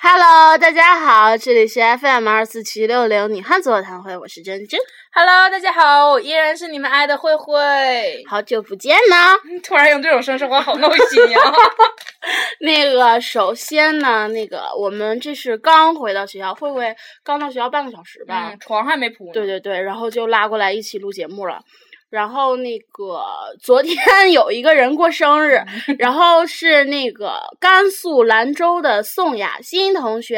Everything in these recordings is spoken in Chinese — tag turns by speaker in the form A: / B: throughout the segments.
A: Hello，大家好，这里是 FM 二四七六零女汉子座谈会，我是珍珍，
B: Hello，大家好，我依然是你们爱的慧慧。
A: 好久不见呢。
B: 突然用这种声说话，好闹 心呀！
A: 那个，首先呢，那个我们这是刚回到学校，会不会刚到学校半个小时吧？
B: 嗯，床还没铺呢。
A: 对对对，然后就拉过来一起录节目了。然后那个昨天 有一个人过生日，然后是那个甘肃兰州的宋雅欣同学，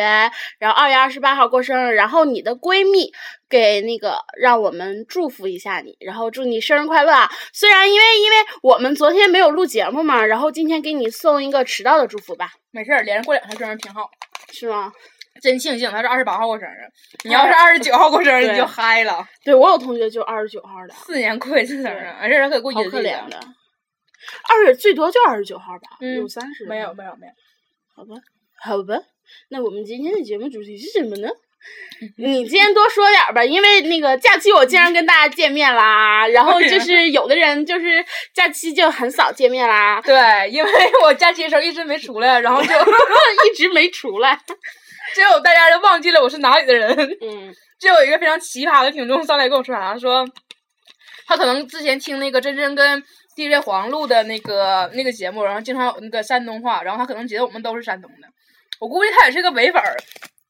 A: 然后二月二十八号过生日，然后你的闺蜜给那个让我们祝福一下你，然后祝你生日快乐啊！虽然因为因为我们昨天没有录节目嘛，然后今天给你送一个迟到的祝福吧，
B: 没事儿，连着过两天生日挺好，
A: 是吗？
B: 真庆幸。他是二十八号过生日， 你要是二十九号过生日，你就嗨了。
A: 对我有同学就二十九号的，
B: 四年过一次生日，啊而且他可以过啊一
A: 好
B: 次。
A: 可怜的。二月最多就二十九号吧，
B: 嗯
A: 有三十
B: 没有没有没有，
A: 好吧，好吧，那我们今天的节目主题是什么 呢？你今天多说点儿吧，因为那个假期我经常跟大家见面啦，然后就
B: 对
A: 是有的人就是假期就很少见面啦，
B: 对，因为我假期的时候一直没出来，然 后就
A: 一直没出 来。
B: 只有大家都忘记了我是哪里的人。
A: 嗯，
B: 就有一个非常奇葩的听众上来跟我说啥，说他可能之前听那个真真跟 DJ 黄录的那个那个节目，然后经常有那个山东话，然后他可能觉得我们都是山东的。我估计他也是个伪粉儿，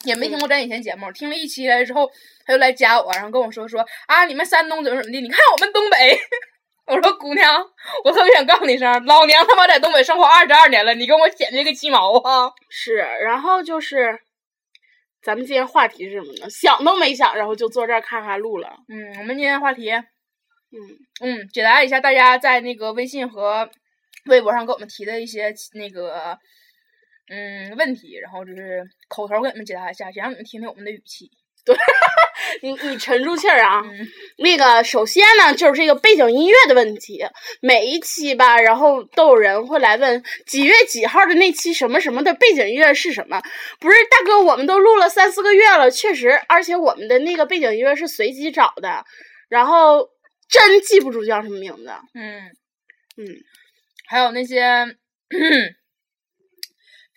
B: 也没听过咱以前节目，听了一期来之后，他就来加我，然后跟我说说啊，你们山东怎么怎么地，你看我们东北。 我说姑娘，我特别想告诉你一声，老娘他妈在东北生活二十二年了，你跟我剪这个鸡毛啊！
A: 是，然后就是咱们今天话题是什么呢？想都没想，然后就坐这儿咔咔录了。
B: 嗯，我们今天话题，
A: 嗯，
B: 嗯，解答一下大家在那个微信和微博上给我们提的一些那个嗯问题，然后就是口头给你们解答一下，想让你们听听我们的语气。
A: 你你沉住气儿啊。
B: 嗯
A: 那个，首先呢，就是这个背景音乐的问题。每一期吧，然后都有人会来问几月几号的那期什么什么的背景音乐是什么？不是大哥，我们都录了三四个月了，确实，而且我们的那个背景音乐是随机找的，然后真记不住叫什么名字。
B: 嗯，
A: 嗯，
B: 还有那些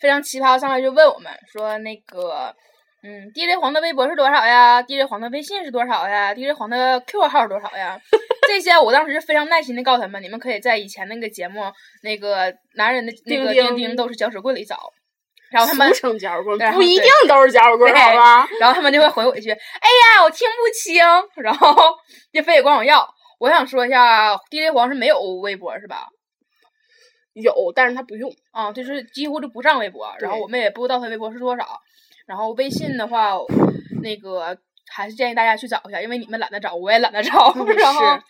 B: 非常奇葩上来就问我们说那个。嗯，DJ 黄的微博是多少呀？DJ 黄的微信是多少呀？DJ 黄的 Q 号是多少 呀？这些我当时是非常耐心的告诉他们，你们可以在以前那个节目那个男人的那个
A: 钉钉
B: 钉钉都是搅屎棍里找，然后他们
A: 俗称搅棍，
B: 然后
A: 不一
B: 对
A: 定都是搅棍，
B: 对
A: 好吧？
B: 然后他们就会回我一句：“哎呀，我听不清。”然后 就非得管我要。我想说一下，DJ 黄是没有微博是吧？
A: 有，但是他不用。
B: 啊，就是几乎就不上微博。然后
A: 对
B: 我们也不知道他微博是多少。然后微信的话，那个还是建议大家去找一下，因为你们懒得找，我也懒得找。
A: 嗯
B: 然后
A: 是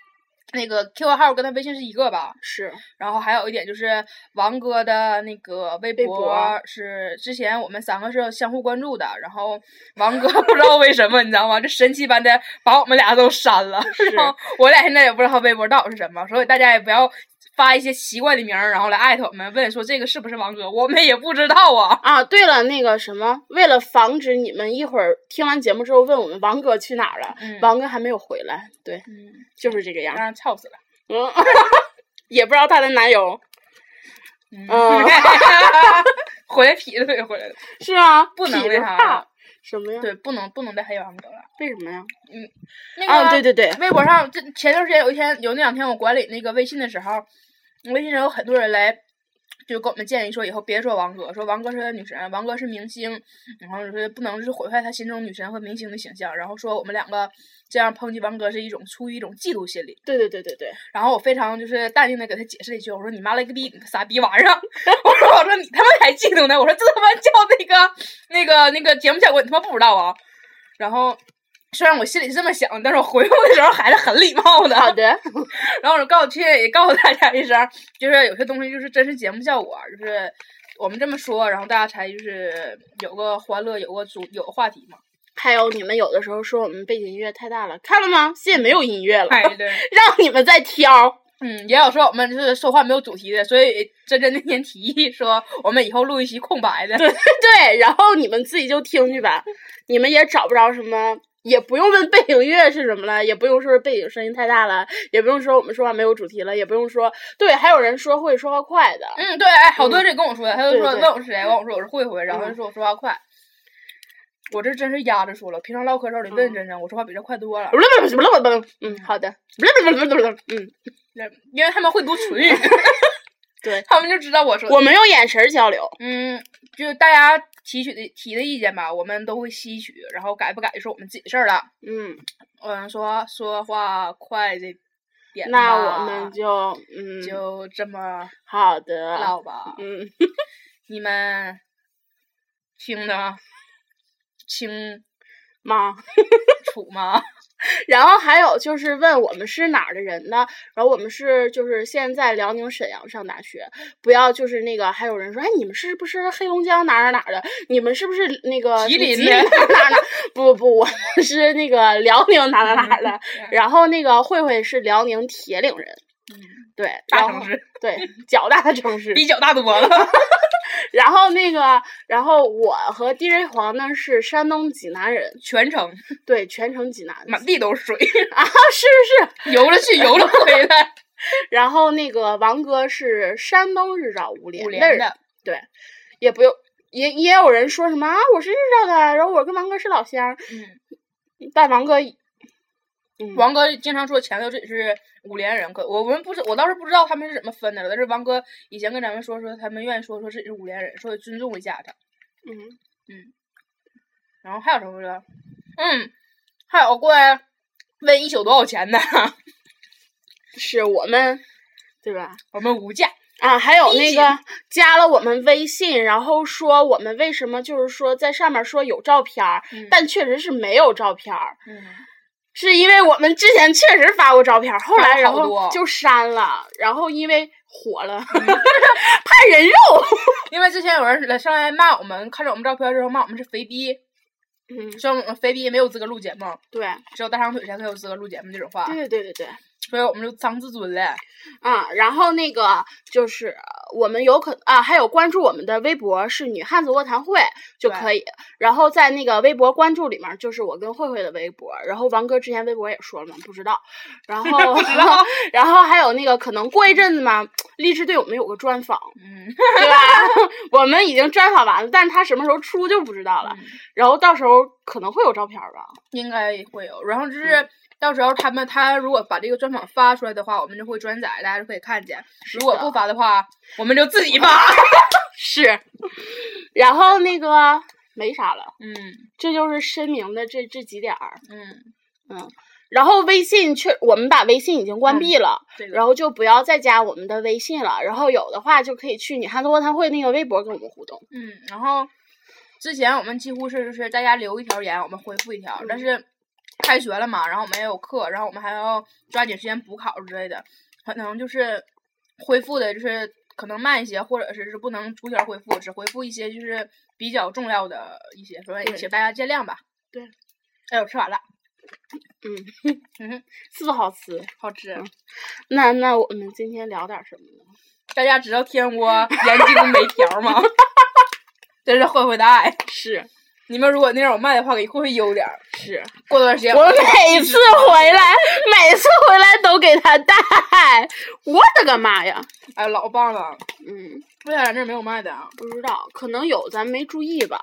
B: 那个 QQ 号跟他微信是一个吧？
A: 是，
B: 然后还有一点就是王哥的那个微
A: 微博
B: 博是之前我们三个是相互关注的，然后王哥 不知道为什么你知道吗？就神奇般的把我们俩都删了，
A: 是
B: 然后我俩现在也不知道微博到底是什么，所以大家也不要发一些奇怪的名儿，然后来艾特我们，问说这个是不是王哥，我们也不知道啊。
A: 啊，对了，那个什么，为了防止你们一会儿听完节目之后问我们王哥去哪儿了，
B: 嗯
A: 王哥还没有回来，对，
B: 嗯，
A: 就是这个样
B: 让
A: 儿，
B: 人操死了。
A: 嗯， 也不知道他的男友，嗯
B: 嗯， 回来劈腿回来了，
A: 是吗？
B: 不能
A: 痞
B: 那
A: 子
B: 啥
A: 怕
B: 了
A: 什么呀？
B: 对，不能不能再黑王哥了。
A: 为什么呀？
B: 那个、
A: 啊，对对对，
B: 微博上这前段时间有一天有那两天我管理那个微信的时候，微信上有很多人来。就给我们建议说，以后别说王哥，说王哥是个女神，王哥是明星，然后说不能是毁坏他心中女神和明星的形象，然后说我们两个这样抨击王哥是一种出于一种嫉妒心理。
A: 对对对对 对，
B: 然后我非常就是淡定的给他解释了一句，我说你妈了个逼，你个傻逼玩意儿！啊 我说我说你他妈还嫉妒呢？我说这他妈叫那个那个那个节目效果，你他妈不知道啊！然后虽然我心里是这么想，但是我回复的时候还是很礼貌的。
A: 好的，
B: 然后我告诉也告诉大家一声，就是有些东西就是真实节目效果，就是我们这么说，然后大家才就是有个欢乐，有个主有个话题嘛。
A: 还有你们有的时候说我们背景音乐太大了，看了吗？现在没有音乐了，
B: 哎，对。
A: 让你们再挑，
B: 嗯，也有说我们就是说话没有主题的，所以真真那天提议说，我们以后录一期空白的。
A: 对 对，然后你们自己就听去吧，你们也找不着什么。也不用问背景音乐是什么了，也不用说背景声音太大了，也不用说我们说话没有主题了，也不用说对，还有人说会说话快的，
B: 嗯，对，哎，好多人也跟我说的，他就
A: 对
B: 说
A: 对
B: 问我是谁，完我说我是慧慧，然后
A: 嗯
B: 就说我说话快，我这真是压着说了，平常唠嗑时候得问真真，我说话比这快多了，
A: 嗯，好的，嗯，
B: 因为他们会读唇语，
A: 对，
B: 他们就知道我说。
A: 我们用眼神儿交流，
B: 嗯，就大家提取的提的意见吧，我们都会吸取，然后改不改就是我们自己的事儿了。
A: 嗯，
B: 嗯，说说话快这点吧，
A: 那我们就嗯，
B: 就这么
A: 好的，
B: 唠吧。
A: 嗯，
B: 你们听的清
A: 妈。
B: 楚吗？
A: 然后还有就是问我们是哪儿的人呢？然后我们是就是现在辽宁沈阳上大学，不要就是那个还有人说，哎，你们是不是黑龙江哪儿哪儿的？你们是不是那个
B: 吉林
A: 哪
B: 的
A: 儿哪儿哪儿？ 不不不，我们是那个辽宁哪儿哪儿哪儿的。
B: 嗯
A: 然后那个慧慧是辽宁铁岭人，对，
B: 大
A: 然
B: 城
A: 后
B: 市
A: 对较大的城 市，
B: 比较大多了。
A: 然后那个，然后我和 DJ 黄呢是山东济南人，
B: 全程
A: 对，全程济南
B: 满地都是水，
A: 啊，是是是。
B: 游了去，游了回 来，
A: 然后那个王哥是山东日照五连
B: 五
A: 的
B: 连
A: 人，
B: 的。
A: 对，也不用也也有人说什么啊，我是日照的，然后我跟王哥是老乡，
B: 嗯，
A: 但王哥，嗯，
B: 王哥经常说前头自己是五连人，可我们不是，我倒是不知道他们是怎么分的了。但是王哥以前跟咱们说说，他们愿意说说自己是五连人，所以尊重一下他。
A: 嗯，
B: 然后还有什么了？嗯，还有过来问一宿多少钱的，
A: 是我们，对吧？
B: 我们无价。
A: 啊，还有
B: 第一
A: 那
B: 集
A: 个加了我们微信，然后说我们为什么就是说在上面说有照片儿，
B: 嗯
A: 但确实是没有照片儿，
B: 嗯，
A: 是因为我们之前确实发过照片儿，后
B: 发
A: 来
B: 了
A: 然
B: 好
A: 后
B: 多
A: 就删了，然后因为火了， 怕人肉，
B: 因为之前有人来上来骂我们，看着我们照片之后骂我们是肥逼，
A: 嗯，
B: 说我们肥逼没有资格录节目，
A: 对，
B: 只有大长腿才可以有资格录节目这种话，
A: 对对对对对。
B: 所以我们就伤自尊了。
A: 啊，然后那个就是我们有可啊，还有关注我们的微博是女汉子卧谈会就可以，然后在那个微博关注里面就是我跟慧慧的微博，然后王哥之前微博也说了嘛，不知道，然后然后还有那个可能过一阵子嘛，励志对我们有个专访，
B: 嗯，
A: 对吧？ 我们已经专访完了，但是他什么时候出就不知道了，然后到时候可能会有照片吧，
B: 应该也会有。然后就是到时候他们他如果把这个专访发出来的话，我们就会转载，大家就可以看见。如果
A: 的
B: 不发的话，我们就自己发。
A: 是，然后那个没啥了。
B: 嗯
A: 这就是声明的这这几点儿。
B: 嗯，
A: 然后微信确，我们把微信已经关闭了，
B: 对的。
A: 然后就不要再加我们的微信了。然后有的话就可以去女汉子卧谈会那个微博跟我们互动。
B: 嗯，然后之前我们几乎是就是大家留一条言，我们回复一条，但
A: 嗯
B: 是开学了嘛，然后我们也有课，然后我们还要抓紧时间补考之类的，可能就是恢复的就是可能慢一些，或者是是不能逐条恢复，只恢复一些就是比较重要的一些，所以
A: 对
B: 请大家见谅吧。
A: 对。
B: 哎呦，吃完了，
A: 是不好吃？
B: 好吃！
A: 那那我们今天聊点什么呢？
B: 大家知道天窝盐津梅 条吗？ 真是慧慧的爱。
A: 是
B: 你们如果那样我卖的话，给慧慧邮点儿。
A: 是，
B: 过段时间
A: 我
B: 会
A: 每次回来，每次回来都给他带，我的个妈呀！
B: 哎，老棒了！
A: 嗯，
B: 为啥咱这儿没有卖的啊？
A: 不知道，可能有咱没注意吧。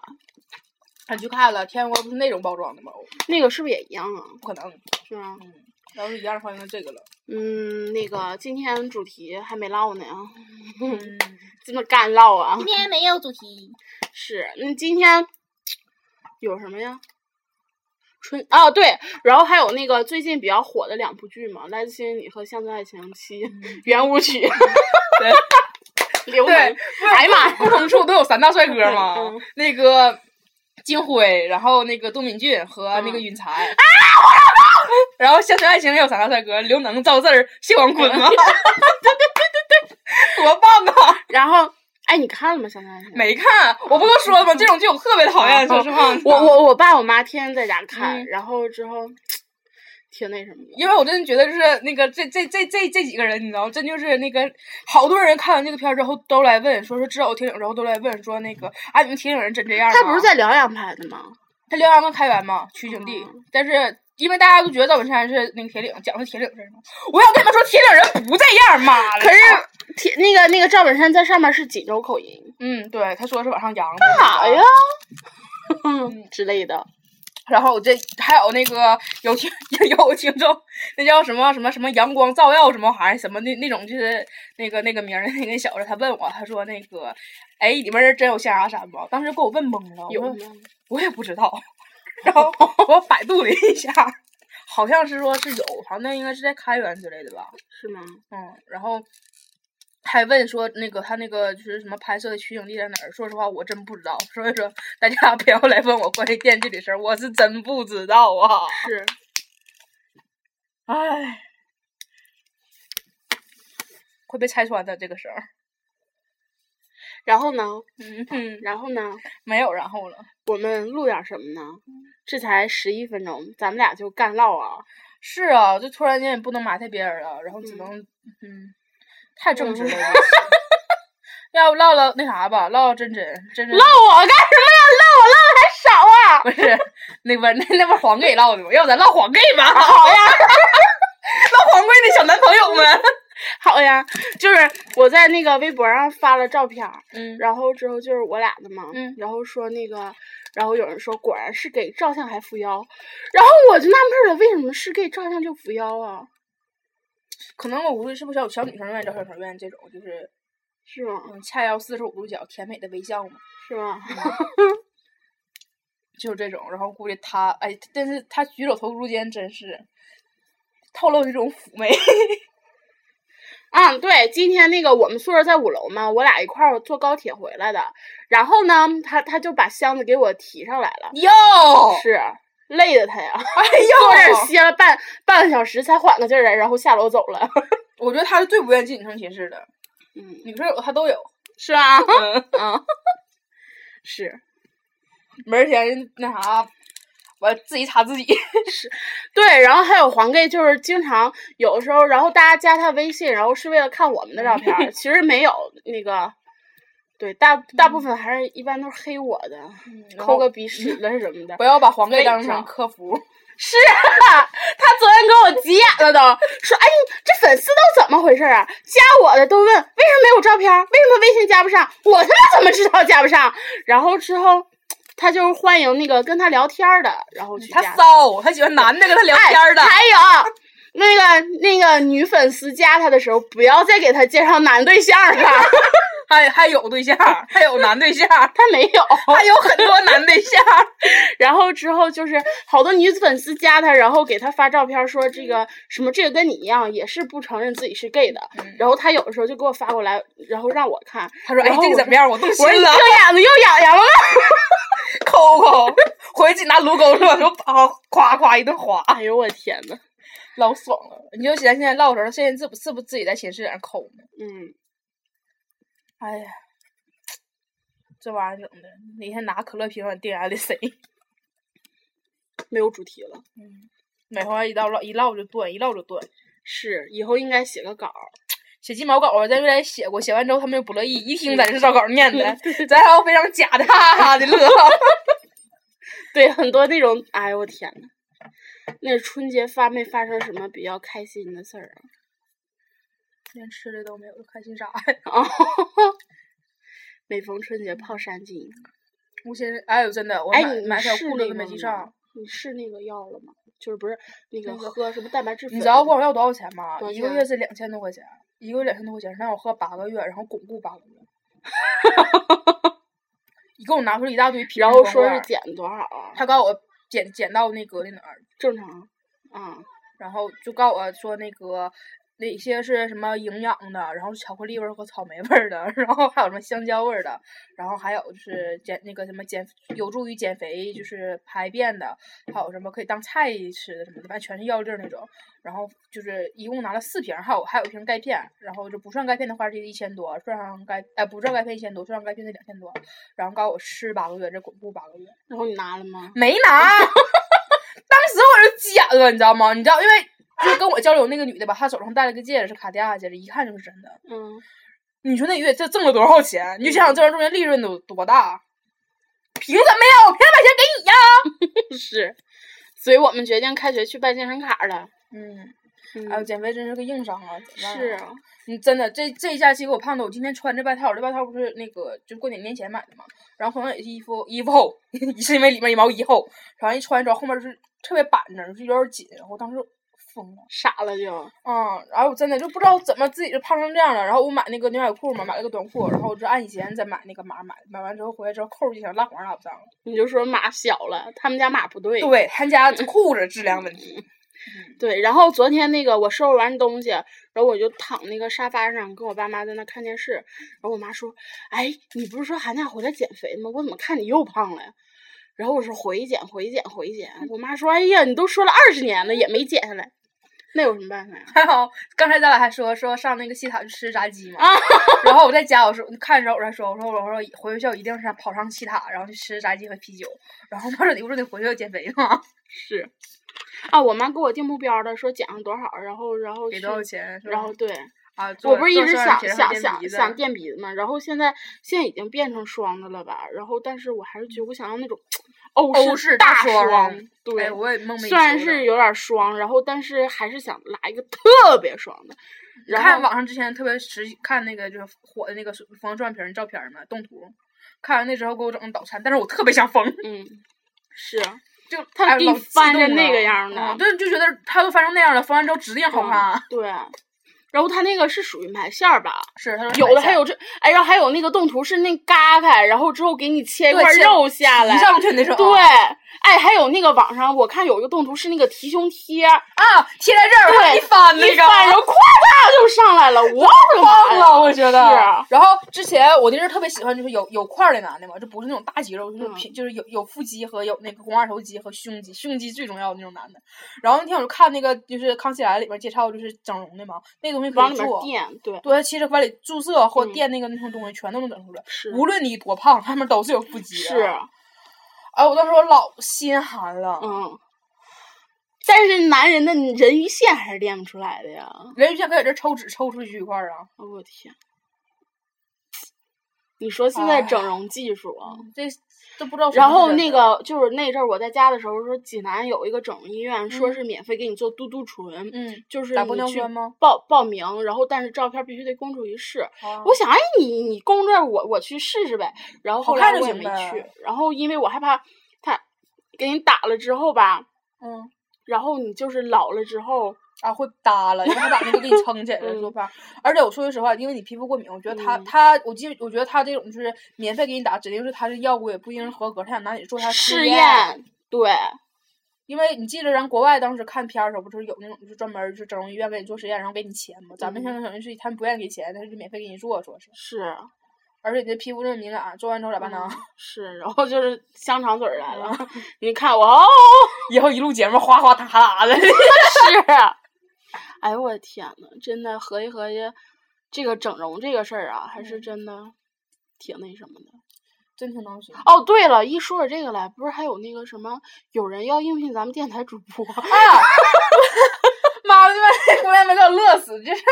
B: 俺去看了，天鹅不是那种包装的吗？我
A: 那个是不是也一样啊？
B: 不可能，
A: 是啊，
B: 要是一样的话，那这个了。
A: 嗯，那个今天主题还没唠呢啊，
B: 嗯，
A: 这么干唠啊？
B: 天没有主 题。
A: 是，那今天有什么呀？春啊，对，然后还有那个最近比较火的两部剧嘛，《来自星星你》和《乡村爱情七》 圆舞 曲
B: 对，
A: 刘
B: 嗯对
A: 能，哎呀妈呀，
B: 不同处都有三大帅哥 嘛
A: 嗯嗯，
B: 那个金辉，然后那个杜敏俊和那个
A: 嗯
B: 云才。啊，我然后《乡村爱情》也有三大帅哥，刘能、赵四儿、谢广坤 嘛。对对对对对，多棒啊！
A: 然后哎，你看了吗？《乡村爱情》
B: 没看，我不都说了吗？这种剧我特别 讨厌，说实话。
A: 啊哦我我我爸我妈天天在家看，
B: 嗯
A: 然后之后挺那什么的，
B: 因为我真的觉得就是那个这这这这这几个人，你知道，真就是那个好多人看完这个片儿之后都来问，说是知道我铁岭之后都来问说那个啊，你们铁岭人真这样吗？
A: 他不是在哦辽阳拍的吗？
B: 他辽阳刚开完嘛，取景地，但是因为大家都觉得赵本山是那个铁岭，讲的是铁岭事儿嘛，我想跟你们说铁岭人不这样，妈的！
A: 可是铁那个那个赵本山在上面是锦州口音，
B: 嗯，对，他说是往上扬。
A: 干啥呀？ 之类的。
B: 然后我这还有那个有听有听众，那叫什么什么什么阳光照耀什么玩意儿什么那那种就是那个那个名儿的那个小子，他问我，他说那个，哎，你们这儿真有象牙山吗？当时给我问懵了，我
A: 有
B: 说
A: 吗？
B: 我也不知道， 然后我百度了一下，好像是说是有，好像应该是在开原之类的吧，
A: 是吗？
B: 嗯，然后还问说那个他那个就是什么拍摄的取景地在哪儿？说实话，我真不知道，所以说大家 不要来问我关于电锯的事儿，我是真不知道啊。
A: 是。
B: 唉，快被拆穿的这个事儿，
A: 然后呢？
B: 嗯哼，
A: 然后呢？
B: 没有然后了。
A: 我们录点什么呢？这才十一分钟，咱们俩就干唠啊！
B: 是啊，就突然间也不能埋汰别人了，然后只
A: 嗯
B: 能嗯，太正直
A: 嗯
B: 了 这个事。要不唠唠那啥吧，唠唠真真真真
A: 唠我啊干什么呀？唠我唠的还少啊！
B: 不是那边那那边黄盖唠的吧？要不咱唠黄盖吧？哎
A: 好呀，
B: 唠黄盖的小男朋友们。
A: 好呀，就是我在那个微博上发了照片儿，
B: 嗯，
A: 然后之后就是我俩的嘛，
B: 嗯
A: 然后说那个，然后有人说果然是给照相还扶腰，然后我就纳闷了，为什么是给照相就扶腰啊？
B: 可能我无论是不是小小女生愿意，找小女生愿意这种，就是
A: 是吗？
B: 嗯，恰腰四十五度角，甜美的微笑嘛，
A: 是吗？
B: 就是这种。然后估计他哎，但是他举手投足间真是透露一种妩媚。
A: 嗯，对，今天那个我们宿舍在五楼嘛，我俩一块儿坐高铁回来的，然后呢，他他就把箱子给我提上来了，
B: 哟，哦
A: 是累的他呀，
B: 哎
A: 坐这
B: 呦
A: 儿，歇了半半个小时才缓过劲儿来，然后下楼走了，
B: 我觉得他是最不愿意进女生寝室的，
A: 嗯，
B: 女生有他都有。
A: 是吧？
B: 嗯，
A: 嗯，是。
B: 门儿前那啥，完自己查自己。
A: 对，然后还有黄盖，就是经常有时候，然后大家加他微信，然后是为了看我们的照片儿，其实没有那个，对，大大部分还是一般都是黑我的，
B: 嗯
A: 抠个鼻屎的什么的
B: 不。要把黄盖
A: 背
B: 当
A: 上
B: 成客服。
A: 是啊，他昨天跟我急眼了都，说哎，你这粉丝都怎么回事儿啊？加我的都问为什么没有照片儿，为什么微信加不上？我他妈怎么知道加不上？然后之后，他就是欢迎那个跟他聊天儿的，然后去加
B: 他骚，他喜欢男的跟他聊天儿的。
A: 哎、还有那个那个女粉丝加他的时候，不要再给他介绍男对象了，
B: 还还有对象，还有男对象，还
A: 他没有。
B: 有很多男对象。
A: 然后之后就是好多女粉丝加他，然后给他发照片说这个什么这个跟你一样，也是不承认自己是 gay 的。然后他有的时候就给我发过来，然后让我看，
B: 他说：“哎
A: 然，后
B: 这个
A: 我
B: 怎么样？我动
A: 我
B: 心
A: 说你这
B: 了，
A: 眼子又痒痒了吗？
B: 抠抠，回去拿撸钩子往头啊，夸夸一顿划，
A: 哎呦我天呐，
B: 老爽了。你就咱现在唠的时候，现在是不是不是自己在寝室在那抠呢？
A: 嗯，
B: 哎呀，这玩意儿整的，每天拿可乐瓶往腚眼里塞，
A: 没有主题了。
B: 每回一到唠一唠就断，一唠就断。
A: 是，以后应该写个稿儿。
B: 写鸡毛稿啊，在未来写过，写完之后他们又不乐意，一听咱这照稿 念 的，咱还要非常假的哈哈的乐。
A: 对，很多那种，哎呦我天呐，那春节发没发生什么比较开心的事儿啊？
B: 连吃的都没有，开心啥呀？
A: 哦，每逢春节泡山精。
B: 我寻思，哎呦，真的，我买
A: 哎，你
B: 买条
A: 是
B: 裤
A: 那
B: 子
A: 个
B: 都没系
A: 吗
B: 上。。
A: 你是那个药了吗？就是不是那个
B: 那个
A: 喝什么蛋白质粉？
B: 你知道管我要多少钱吗
A: 多？少
B: 一个
A: 钱啊
B: 月是两千多块钱，一个月两千多块钱，让我喝八个月，然后巩固八 个月。你给我拿出了一大堆瓶
A: 然
B: 子
A: 后
B: 光
A: 说
B: 棍
A: 是
B: 儿
A: 减多少啊？
B: 他告诉我减减到那个那哪儿，
A: 正常啊，
B: 然后就告诉我说那个哪些是什么营养的，然后是巧克力味儿和草莓味儿的， 然后还有什么香蕉味儿的，然后还有就是减那个什么减有助于减肥，就是排便的，还有什么可以当菜吃的什么的，反正全是药粒儿那种。然后就是一共拿了四瓶儿，还有还有一瓶钙片，然后就不算钙片的话是一千多，算上钙哎不算钙片一千多，算上钙片是两千多，然后告诉我吃八个月，这巩固八个月。
A: 然后你拿了吗？
B: 没拿。 当时我就急眼了，你知道吗？你知道，因为就是跟我交流那个女的吧，她手上戴了个戒指，是卡地亚戒指，一看就是真的。
A: 嗯，
B: 你说那月这挣了多少钱？你就想想这玩意儿中间利润有多大？凭什么呀？我凭什么把钱给你呀？
A: 是，所以我们决定开学去办健身卡了。呃
B: 嗯，哎呦，减肥真是个硬伤啊！怎么办
A: 是
B: 啊，你真的这这一假期给我胖的，我今天穿这外套，这外套不是那个就过年年前买的嘛，然后好 像也是一夫一夫厚，是因为里面一毛一厚，然后一穿着后面就是特别板正，就有点紧，然后我当时疯了，
A: 傻了就，
B: 嗯，然后我真的就不知道怎么自己就胖成这样了，然后我买那个牛仔裤嘛，买了个短裤，然后我就按以前在买那个码买，买完之后回来之后扣儿就想蜡黄蜡不上了，
A: 你就说码小了，他们家码不对。
B: 对他家 裤子质量问题，
A: 对，然后昨天那个我收拾完东西，然后我就躺那个沙发上，跟我爸妈在那看电视。然后我妈说：“哎，你不是说寒假回来减肥吗？我怎么看你又胖了呀？”然后我说：“回减，回减，回减。”
B: 嗯
A: 我妈说：“哎呀，你都说了二十年了，也没减下来，那有什么办法呀？
B: 还好，刚才咱俩还说说上那个西塔去吃炸鸡嘛，
A: 啊
B: 然后我在家我说看着我还说我说我说回学校一定是跑上西塔，然后去吃炸鸡和啤酒，然后他说你不是得回学校减肥 吗？
A: 是，啊，我妈给我定目标了，说减上多少，然后然后
B: 给
A: 去
B: 多少钱？是吧
A: 然后对，
B: 啊，做
A: 我不是一
B: 做
A: 直
B: 酸
A: 想
B: 甜和
A: 想
B: 煎
A: 想
B: 鼻子
A: 想垫鼻子嘛，然后现在现在已经变成双的了吧？然后但是我还是觉得我想要那种欧
B: 欧
A: 式
B: 式
A: 大
B: 大双
A: 对
B: 哎，，我也梦寐以
A: 虽然
B: 求
A: 是
B: 的。
A: 有点双，然后但是还是想拉一个特别双的。
B: 你
A: 然
B: 看
A: 后
B: 网上之前特别时看那个就是火的那个冯转平照片嘛，动图，看完那之后给我整的脑残，但是我特别 想疯。
A: 嗯，是
B: 就
A: 他
B: 哎
A: 给
B: 老
A: 你
B: 激
A: 翻成
B: 动
A: 那个
B: 了
A: 样儿嗯的
B: 嗯对，就觉得他都翻成那样了，翻完之后指定好看。
A: 对。啊然后他那个是属于埋线儿吧，
B: 是，他说
A: 有的还
B: 有
A: 有这，哎，然后还有那个动图是那嘎开，然后之后给你切一
B: 对
A: 块
B: 切
A: 肉下来
B: 一，上哦去那啊种
A: 对，哎，还有那个网上我看有一个动图是那个提胸贴，
B: 啊，贴在这儿，
A: 对
B: 然后一 翻那
A: 一
B: 个，
A: 翻，然后咵嚓就上来了，我的妈
B: 忘
A: 呀
B: 了，我觉得。
A: 是啊
B: 然后之前我那阵儿特别喜欢，就是有有块儿的男的嘛，就不是那种大肌肉，就是
A: 嗯
B: 平，就是有有腹肌和有那个肱二头肌和胸肌，胸肌最重要的那种男的。然后那天我就看那个就是《康熙来了》里面介绍，就是整容的嘛，那东西可
A: 往
B: 以
A: 里面
B: 做。
A: 垫，对，
B: 对，其实往里注射或
A: 嗯
B: 垫那个那种东西，全都能整出来。
A: 是
B: 无论你多胖，他们都是有腹肌。
A: 是，啊
B: 哎，我当时我老心寒了。
A: 嗯。但是男人的人鱼线还是练不出来的呀！
B: 人鱼线可以在这儿抽脂抽出去一块儿啊！
A: 哦我天，你说现在
B: 哎
A: 整容技术啊，
B: 这都不知道什么是真的。
A: 然后那个就是那阵儿我在家的时候，说济南有一个整容医院，说是免费给你做嘟嘟唇，
B: 嗯，
A: 就是
B: 打玻
A: 你
B: 尿
A: 去
B: 酸吗
A: 报报名，然后但是照片必须得公诸于世。
B: 啊
A: 我想，哎，你你公这儿我我去试试呗。然后
B: 好
A: 后来
B: 看就
A: 我也
B: 行
A: 没
B: 呗
A: 去，然后因为我害怕他给你打了之后吧，
B: 嗯
A: 然后你就是老了之后，
B: 啊会耷了，因为他把那个给你撑起来 了，
A: 嗯
B: 做饭。而且我说句实话，因为你皮肤过敏，我觉得他
A: 嗯
B: 他，我记，我觉得他这种就是免费给你打，指定是他这药物也不一定是合格，他想拿你做下
A: 试
B: 验。
A: 验对，
B: 因为你记得咱国外当时看片儿的时候，不是有那种就是专门儿就是整容医院给你做实验，然后给你钱吗？咱们
A: 嗯
B: 现在等于是他们不愿意给钱，但是就免费给你做，说是。
A: 是
B: 而且你这皮肤这么敏感，啊做完之后咋办呢嗯
A: 嗯？是，然后就是香肠嘴儿来了，你看我 哦，
B: 以后一录节目哗哗嗒 啦的。
A: 是，哎呦我的天呐，真的合计合计，这个整容这个事儿啊，还是
B: 嗯
A: 真的挺那什么的。
B: 真挺当心。
A: 哦，对了，一说起这个来，不是还有那个什么，有人要应聘咱们电台主播？
B: 啊！ 妈的，就把那姑娘没给我乐死，就是。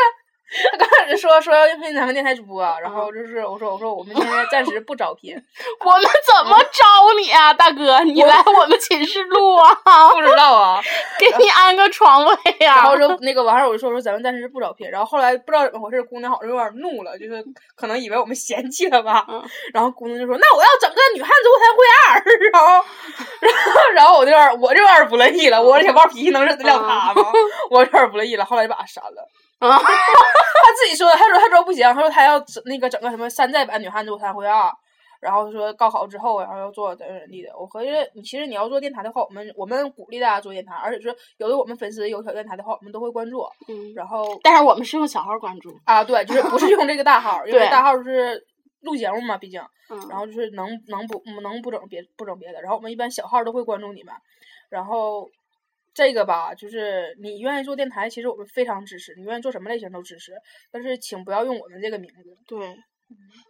B: 她刚开始说说要应聘咱们电台主播，然后就是我说我说我们现在暂时不招聘，
A: 我们怎么招你啊，大哥？你来我们寝室录 啊，
B: 不知道啊。
A: 给你安个床位啊呀、
B: 然后说那个完事儿我就说说咱们暂时不招聘，然后后来不知道怎么回事，姑娘好像有点怒了，就是可能以为我们嫌弃她吧
A: 嗯。
B: 然后姑娘就说那我要整个女汉子我才会二，然后然后然后我就有点我就有点不乐意了，我这小暴脾气能忍得了她吗？我有点不乐意了，后来就把她删了。
A: 啊，
B: 他自己说的，他说他说不行，他说他要整那个整个什么山寨版女汉子我才会二，然后说高考之后，然后要做怎么怎么地的。我合计，你其实你要做电台的话，我们我们鼓励大家做电台，而且是有的我们粉丝有小电台的话，我们都会关注。
A: 嗯，
B: 然后
A: 但是我们是用小号关注，
B: 啊，对，就是不是用这个大号儿，因为
A: 对
B: 大号儿是录节目嘛，毕竟。
A: 嗯，
B: 然后就是能能不能不整别不整别的，然后我们一般小号儿都会关注你们，然后这个吧，就是你愿意做电台，其实我们非常支持，你愿意做什么类型都支持，但是请不要用我们这个名字。
A: 对，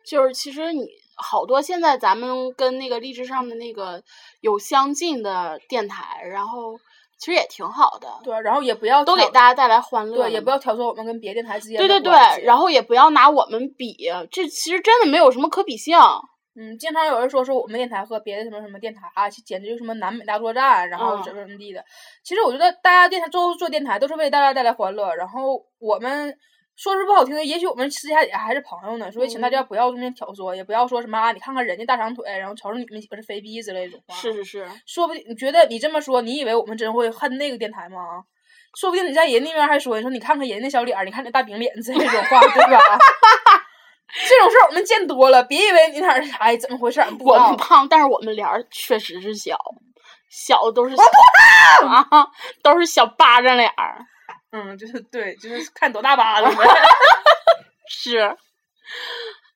A: 就是其实你好多现在咱们跟那个荔枝上的那个有相近的电台，然后其实也挺好的，
B: 对啊，然后也不要
A: 都给
B: 挑
A: 大家带来欢乐嘛，
B: 对，也不要挑唆我们跟别的电台之间
A: 对
B: 的
A: 对对
B: 关，系
A: 然后也不要拿我们比，这其实真的没有什么可比性。
B: 嗯，经常有人说说我们电台和别的什么什么电台啊，简直就是什么南北大作战，然后
A: 嗯
B: 怎么怎么地的。其实我觉得大家电台做做电台都是为大家带来欢乐，然后我们。说句不好听的，也许我们私下也还是朋友呢，所以请大
A: 嗯
B: 家不要中间挑唆，也不要说什么啊，你看看人家大长腿，然后瞅瞅你们几个是肥逼之类的这种话。
A: 是是是，
B: 说不定你觉得你这么说，你以为我们真会恨那个电台吗？啊说不定你在人那边还说，你说你看看人那小脸儿，你看那大饼脸之 类这种话，对吧？ 这种事儿我们见多了，别以为你哪儿哎怎么回事儿不
A: 我
B: 知
A: 们
B: 道。
A: 胖，但是我们脸儿确实是小，小都是小啊， 都是小巴掌脸儿。
B: 嗯，就是对，就是看多大巴子呗，
A: 是，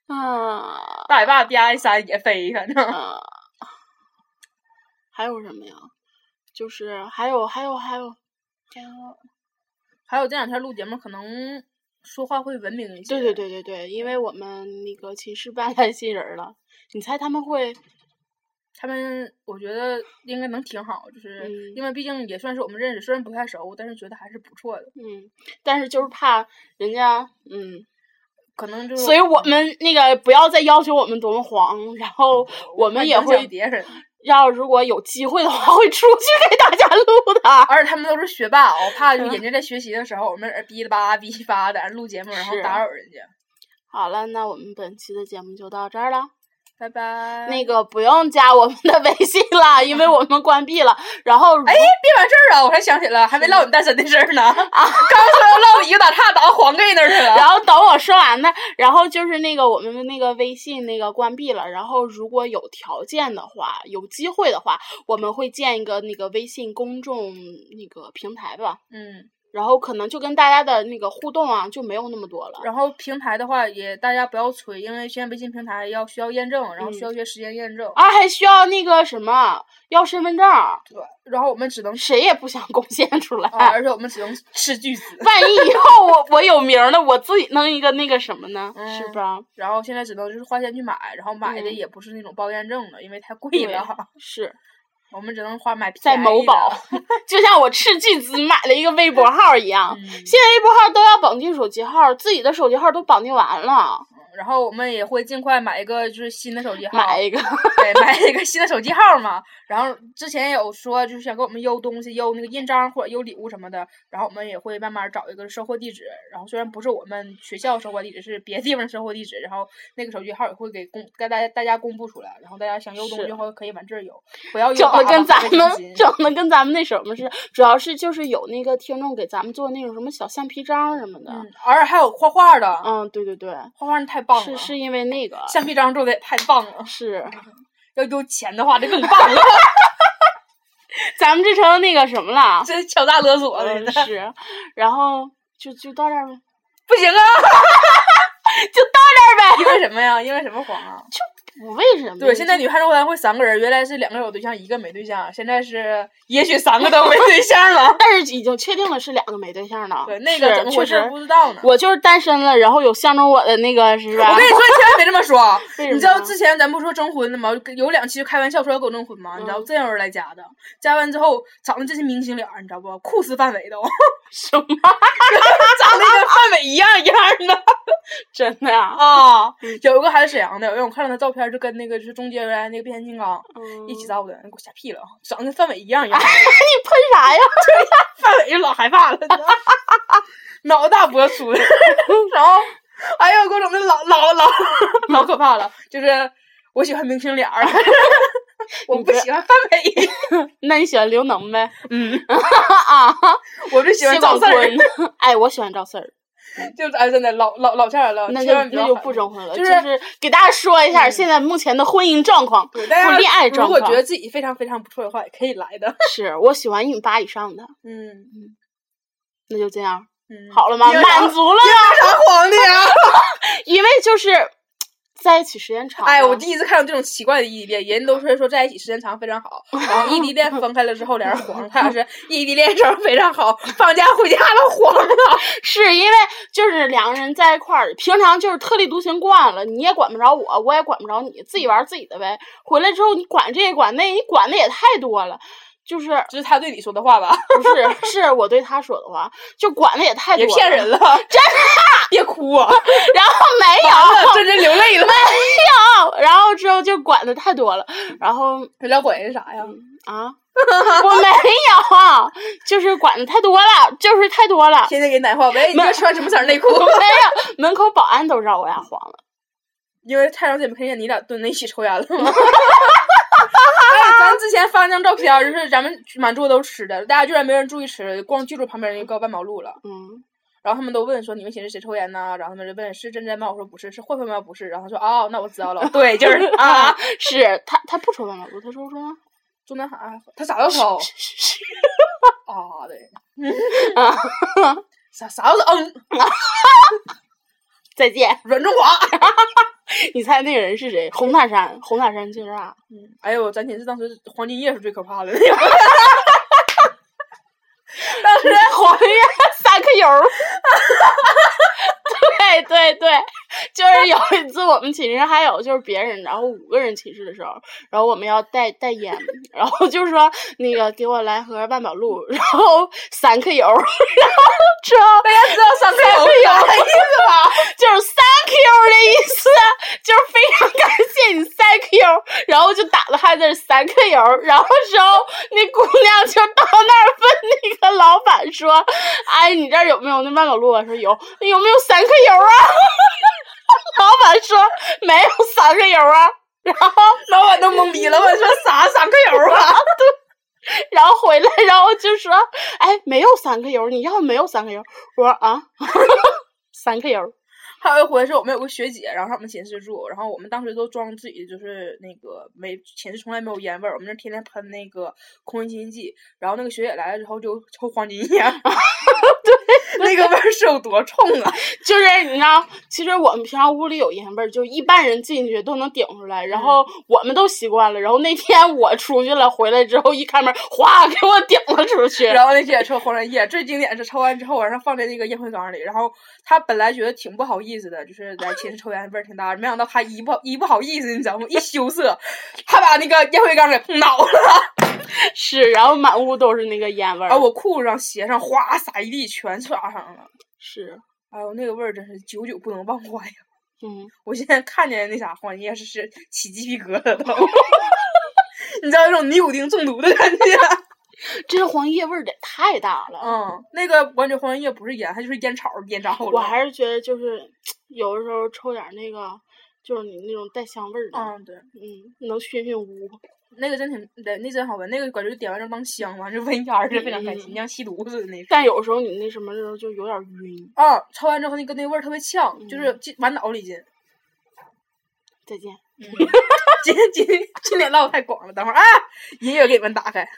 A: 啊，
B: 大尾巴吧一扇也飞，反正
A: 呃，还有什么呀？就是还有还有还有，
B: 还有这两天录节目可能说话会文明一些。
A: 对对，对对对，因为我们那个寝室搬来新人儿了，你猜他们会？
B: 他们我觉得应该能挺好，就是、
A: 嗯
B: 因为毕竟也算是我们认识，虽然不太熟，但是觉得还是不错的。
A: 嗯，但是就是怕人家，嗯，
B: 可能就是
A: 所以我们那个不要再要求我们多么黄，然后我
B: 怕
A: 们也
B: 影响
A: 会
B: 别人。
A: 要如果有机会的话，会出去给大家录的。
B: 而且他们都是学霸，我怕就是人家在学习的时候，我们在这儿哔哩吧啦哔哩吧啦在那儿录节目，然后
A: 是
B: 打扰人家。
A: 好了，那我们本期的节目就到这儿了。
B: 拜拜。
A: 那个不用加我们的 微信了，因为我们关闭了。然后如，
B: 哎，别完事儿啊！我才想起来，还没唠你单身的事儿呢。刚说要唠，你就打岔打到黄盖那儿去了。
A: 然后等我说完呢，然后就是那个我们那个微信那个关闭了。然后如果有条件的话，有机会的话，我们会建一个那个微信公众那个平台吧。
B: 嗯，
A: 然后可能就跟大家的那个互动啊，就没有那么多了。
B: 然后平台的话也大家不要催，因为现在微信平台要需要验证，然后需要一些时间验证。
A: 啊，还需要那个什么，要身份证儿，
B: 对，然后我们只能，
A: 谁也不想贡献出 来。
B: 啊而且我们只能斥巨资。
A: 万一以后我我有名儿了，我自己弄一个那个什么呢？
B: 嗯
A: 是啊吧？
B: 然后现在只能就是花钱去买，然后买的
A: 嗯
B: 也不是那种包验证的，因为太贵
A: 对
B: 了，
A: 是
B: 我们只能花买
A: 在
B: 便
A: 某
B: 宜的
A: 宝， 就像我斥巨资买了一个微博号一样。
B: 嗯
A: 现在微博号都要绑定手机号，自己的手机号都绑定完了，
B: 然后我们也会尽快买一个就是新的手机号，
A: 买一个。
B: 对，买一个新的手机号嘛。然后之前有说就是想给我们邮东西，邮那个印章或者邮礼物什么的，然后我们也会慢慢找一个收货地址。然后虽然不是我们学校收货地址，是别地方的收货地址，然后那个手机号也会给公给大家大家公布出来，然后大家想邮东西
A: 是
B: 后可以往这儿邮，不要邮
A: 整的
B: 爸爸
A: 跟咱
B: 或者
A: 们
B: 邮金
A: 整的跟咱们那什么似的，主要是就是有那个听众给咱们做那种什么小橡皮章什么的。
B: 嗯，而且还有画画的，
A: 嗯，对对对，
B: 画画那太棒了，
A: 是是因为那个
B: 橡皮章做的也太棒了，
A: 是。
B: 要邮钱的话就更棒了，，
A: 咱们这成那个什么了
B: 这敲诈勒索了。现
A: 嗯
B: 在
A: 是， 然后就就到这儿呗，
B: 不行啊，
A: 就到这儿呗，
B: 因为什么呀？因为什么黄啊？
A: 不为什么？。
B: 对，现在女汉子会三个人，原来是两个有对象，一个没对象，现在是也许三个都没对象了
A: 但是已经确定了是两个没对象的，
B: 对，那个
A: 是
B: 怎么
A: 确
B: 回
A: 实
B: 事不知道呢。
A: 我就是单身了，然后有相中我的那个是吧？。
B: 我跟 你说，你千万别这么说
A: 为什么
B: 你知道
A: 呢
B: 之前咱不说征婚的吗？有两期就开玩笑说要给我征婚吗？你知道真有人来加的，加完之后长得这些明星脸儿，你知道不？酷似范伟都， 哦
A: 什么
B: 长得跟范伟一样一样 的
A: 真的呀？
B: 啊。有一个还是沈阳的，因为我看到他照片，就跟那个就是中间原来那个变形金刚
A: 嗯
B: 一起照的，给我吓屁了，啊长得跟范伟一样一样的。
A: 你喷啥呀？
B: 范伟就老害怕了，脑大脖粗的， 然后哎呦，给我整的老老老老可怕了，就是我喜欢明星脸儿， 我不喜欢范伟，
A: 那你喜欢刘能呗？
B: 嗯，
A: 啊，
B: 我 就喜
A: 谢
B: 欢赵
A: 广
B: 四儿，
A: 坤， 哎，我喜欢赵四儿，
B: 就是哎真的老老老吓人了，
A: 那就
B: 千万
A: 那
B: 要
A: 就
B: 害
A: 不征婚了，
B: 就
A: 就是是给大家说一下
B: 嗯
A: 现在目前的婚姻状况。
B: 对大家
A: 不恋爱
B: 如
A: 状
B: 果
A: 况
B: 觉得自己非常非常不错的话，也可以来的，
A: 是我喜欢一米八以上的，
B: 嗯
A: 那就这样，
B: 嗯，
A: 好了吗？
B: 你有啥
A: 满足了吗？
B: 啥黄的呀？
A: 因为就是在一起时间长了，
B: 哎，我第一次看到这种奇怪的异地恋，人都说说在一起时间长非常好，然后异地恋分开了之后俩人黄了，还是异地恋时候非常好，放假回家了黄了。
A: 是因为就是两个人在一块儿，平常就是特立独行惯了，你也管不着我，我也管不着你，自己玩自己的呗。回来之后你管这也管那，你管的也太多了，就是
B: 这是他对你说的话吧？
A: 不是是我对他说的话，就管的也太多
B: 别
A: 了，
B: 骗人了，
A: 真
B: 的，别哭啊！
A: 然后 没
B: 完了
A: 有
B: 真真流泪了。
A: 没有，然后之后就管的太多了，然后
B: 你要管人啥呀？
A: 啊，我没有，就是管的太多了，就是太多了。
B: 天天给你打电话，喂，你
A: 没
B: 要穿什么色儿内裤？
A: 没有，门口保安都让我俩黄了。
B: 因为太长时间没看见你俩蹲在一起抽烟了吗？哎，咱之前发那张照片儿，就是咱们满桌都吃的，大家居然没人注意吃，光记住旁边那个万宝路了。
A: 嗯，
B: 然后他们都问说你们寝室谁抽烟呐？然后他们就问是真真吗？我说不是，是慧慧吗？不是。然后说哦，那我知道了，对，就是 啊，，
A: 是他他不抽万宝路，他抽中吗？
B: 中南海啊他啥都抽啊，对，
A: 啊，
B: 啥啥都是嗯，
A: 再见。
B: 阮中华。
A: 你猜那个人是谁？红塔山，红塔山就是啊，
B: 嗯，哎呦，咱寝室当时黄金叶是最可怕的那个，当时
A: 黄月撒个油儿。 对对对，就是有一次我们寝室还有就是别人，然后五个人寝室的时候，然后我们要带带烟，然后就说那个给我来盒万宝路，然后三克油儿，然 后之后
B: 大家知道三杯油啥
A: 哎
B: 意思吧？
A: 就是 thank you 的意思，就是非常感谢你 thank you，然后就打了还在三个油，然后之后那姑娘就到那儿问那个老板说：“哎，你这儿有没有那万宝路啊？”说有，那有没有三个油啊？ 老板说没有三个油啊，然后
B: 老板都懵逼了，我说啥三克油啊？
A: 然后回来，然后就说：“哎，没有三个油，你要没有三个油？”我说：“啊， 三个油。”
B: 还有一回是我们有个学姐，然后上我们寝室住，然后我们当时都装自己就是那个没寝室从来没有烟味儿，我们那天天喷那个空气清新剂，然后那个学姐来了之后就抽黄金烟， 对，那个味儿是有多冲啊！
A: 就是你知道，其实我们平常屋里有烟味儿，就一般人进去都能顶出来，然后
B: 嗯
A: 我们都习惯了。然后那天 我出去了，回来之后一开门，哗给我顶了出去。
B: 然后那学姐抽黄金叶，最经典是抽完之后往上放在那个烟灰缸里，然后她本来觉得挺不好意思的，就是在寝室抽烟味儿挺大，没想到她一不一不好意思，你知道吗？一羞涩，她把那个烟灰缸给碰倒了。
A: 是，然后满屋都是那个烟味儿。
B: 然后啊我裤子上、鞋上哗撒一地，全刷上了。
A: 是，
B: 哎呦，那个味儿真是久久不能忘怀呀！
A: 嗯，
B: 我现在看见那啥黄金叶是是起鸡皮疙瘩都， 你知道那种尼古丁中毒的感觉。
A: 这黄叶味儿得太大了。
B: 嗯，那个我感觉黄金叶不是烟，它就是烟草烟着了。
A: 我还是觉得就是有的时候抽点儿那个，就是你那种带香味儿的，
B: 嗯对，
A: 嗯，能熏熏屋。
B: 那个真挺对，那真好闻，那个感觉点完之后当香完就闻烟儿就非常开心，
A: 嗯
B: 像吸毒似的那种。
A: 但有时候你那什么的时候就有点儿晕。
B: 啊，抽完之后那个那个味儿特别呛，就是
A: 嗯
B: 进满脑里进。
A: 再见。
B: 嗯今天今天今天唠得太广了，等会儿啊，音乐给你们打开。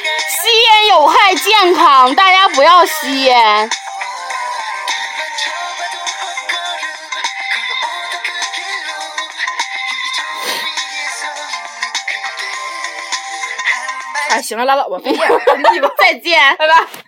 A: 吸烟有害健康，大家不要吸烟。
C: 쳐봐도 헛걸음 그가 오던 그 길로 유리창 위에서 있는 그대
B: 哎，行了，拉倒吧，别演了，
A: 再见。
B: 拜拜。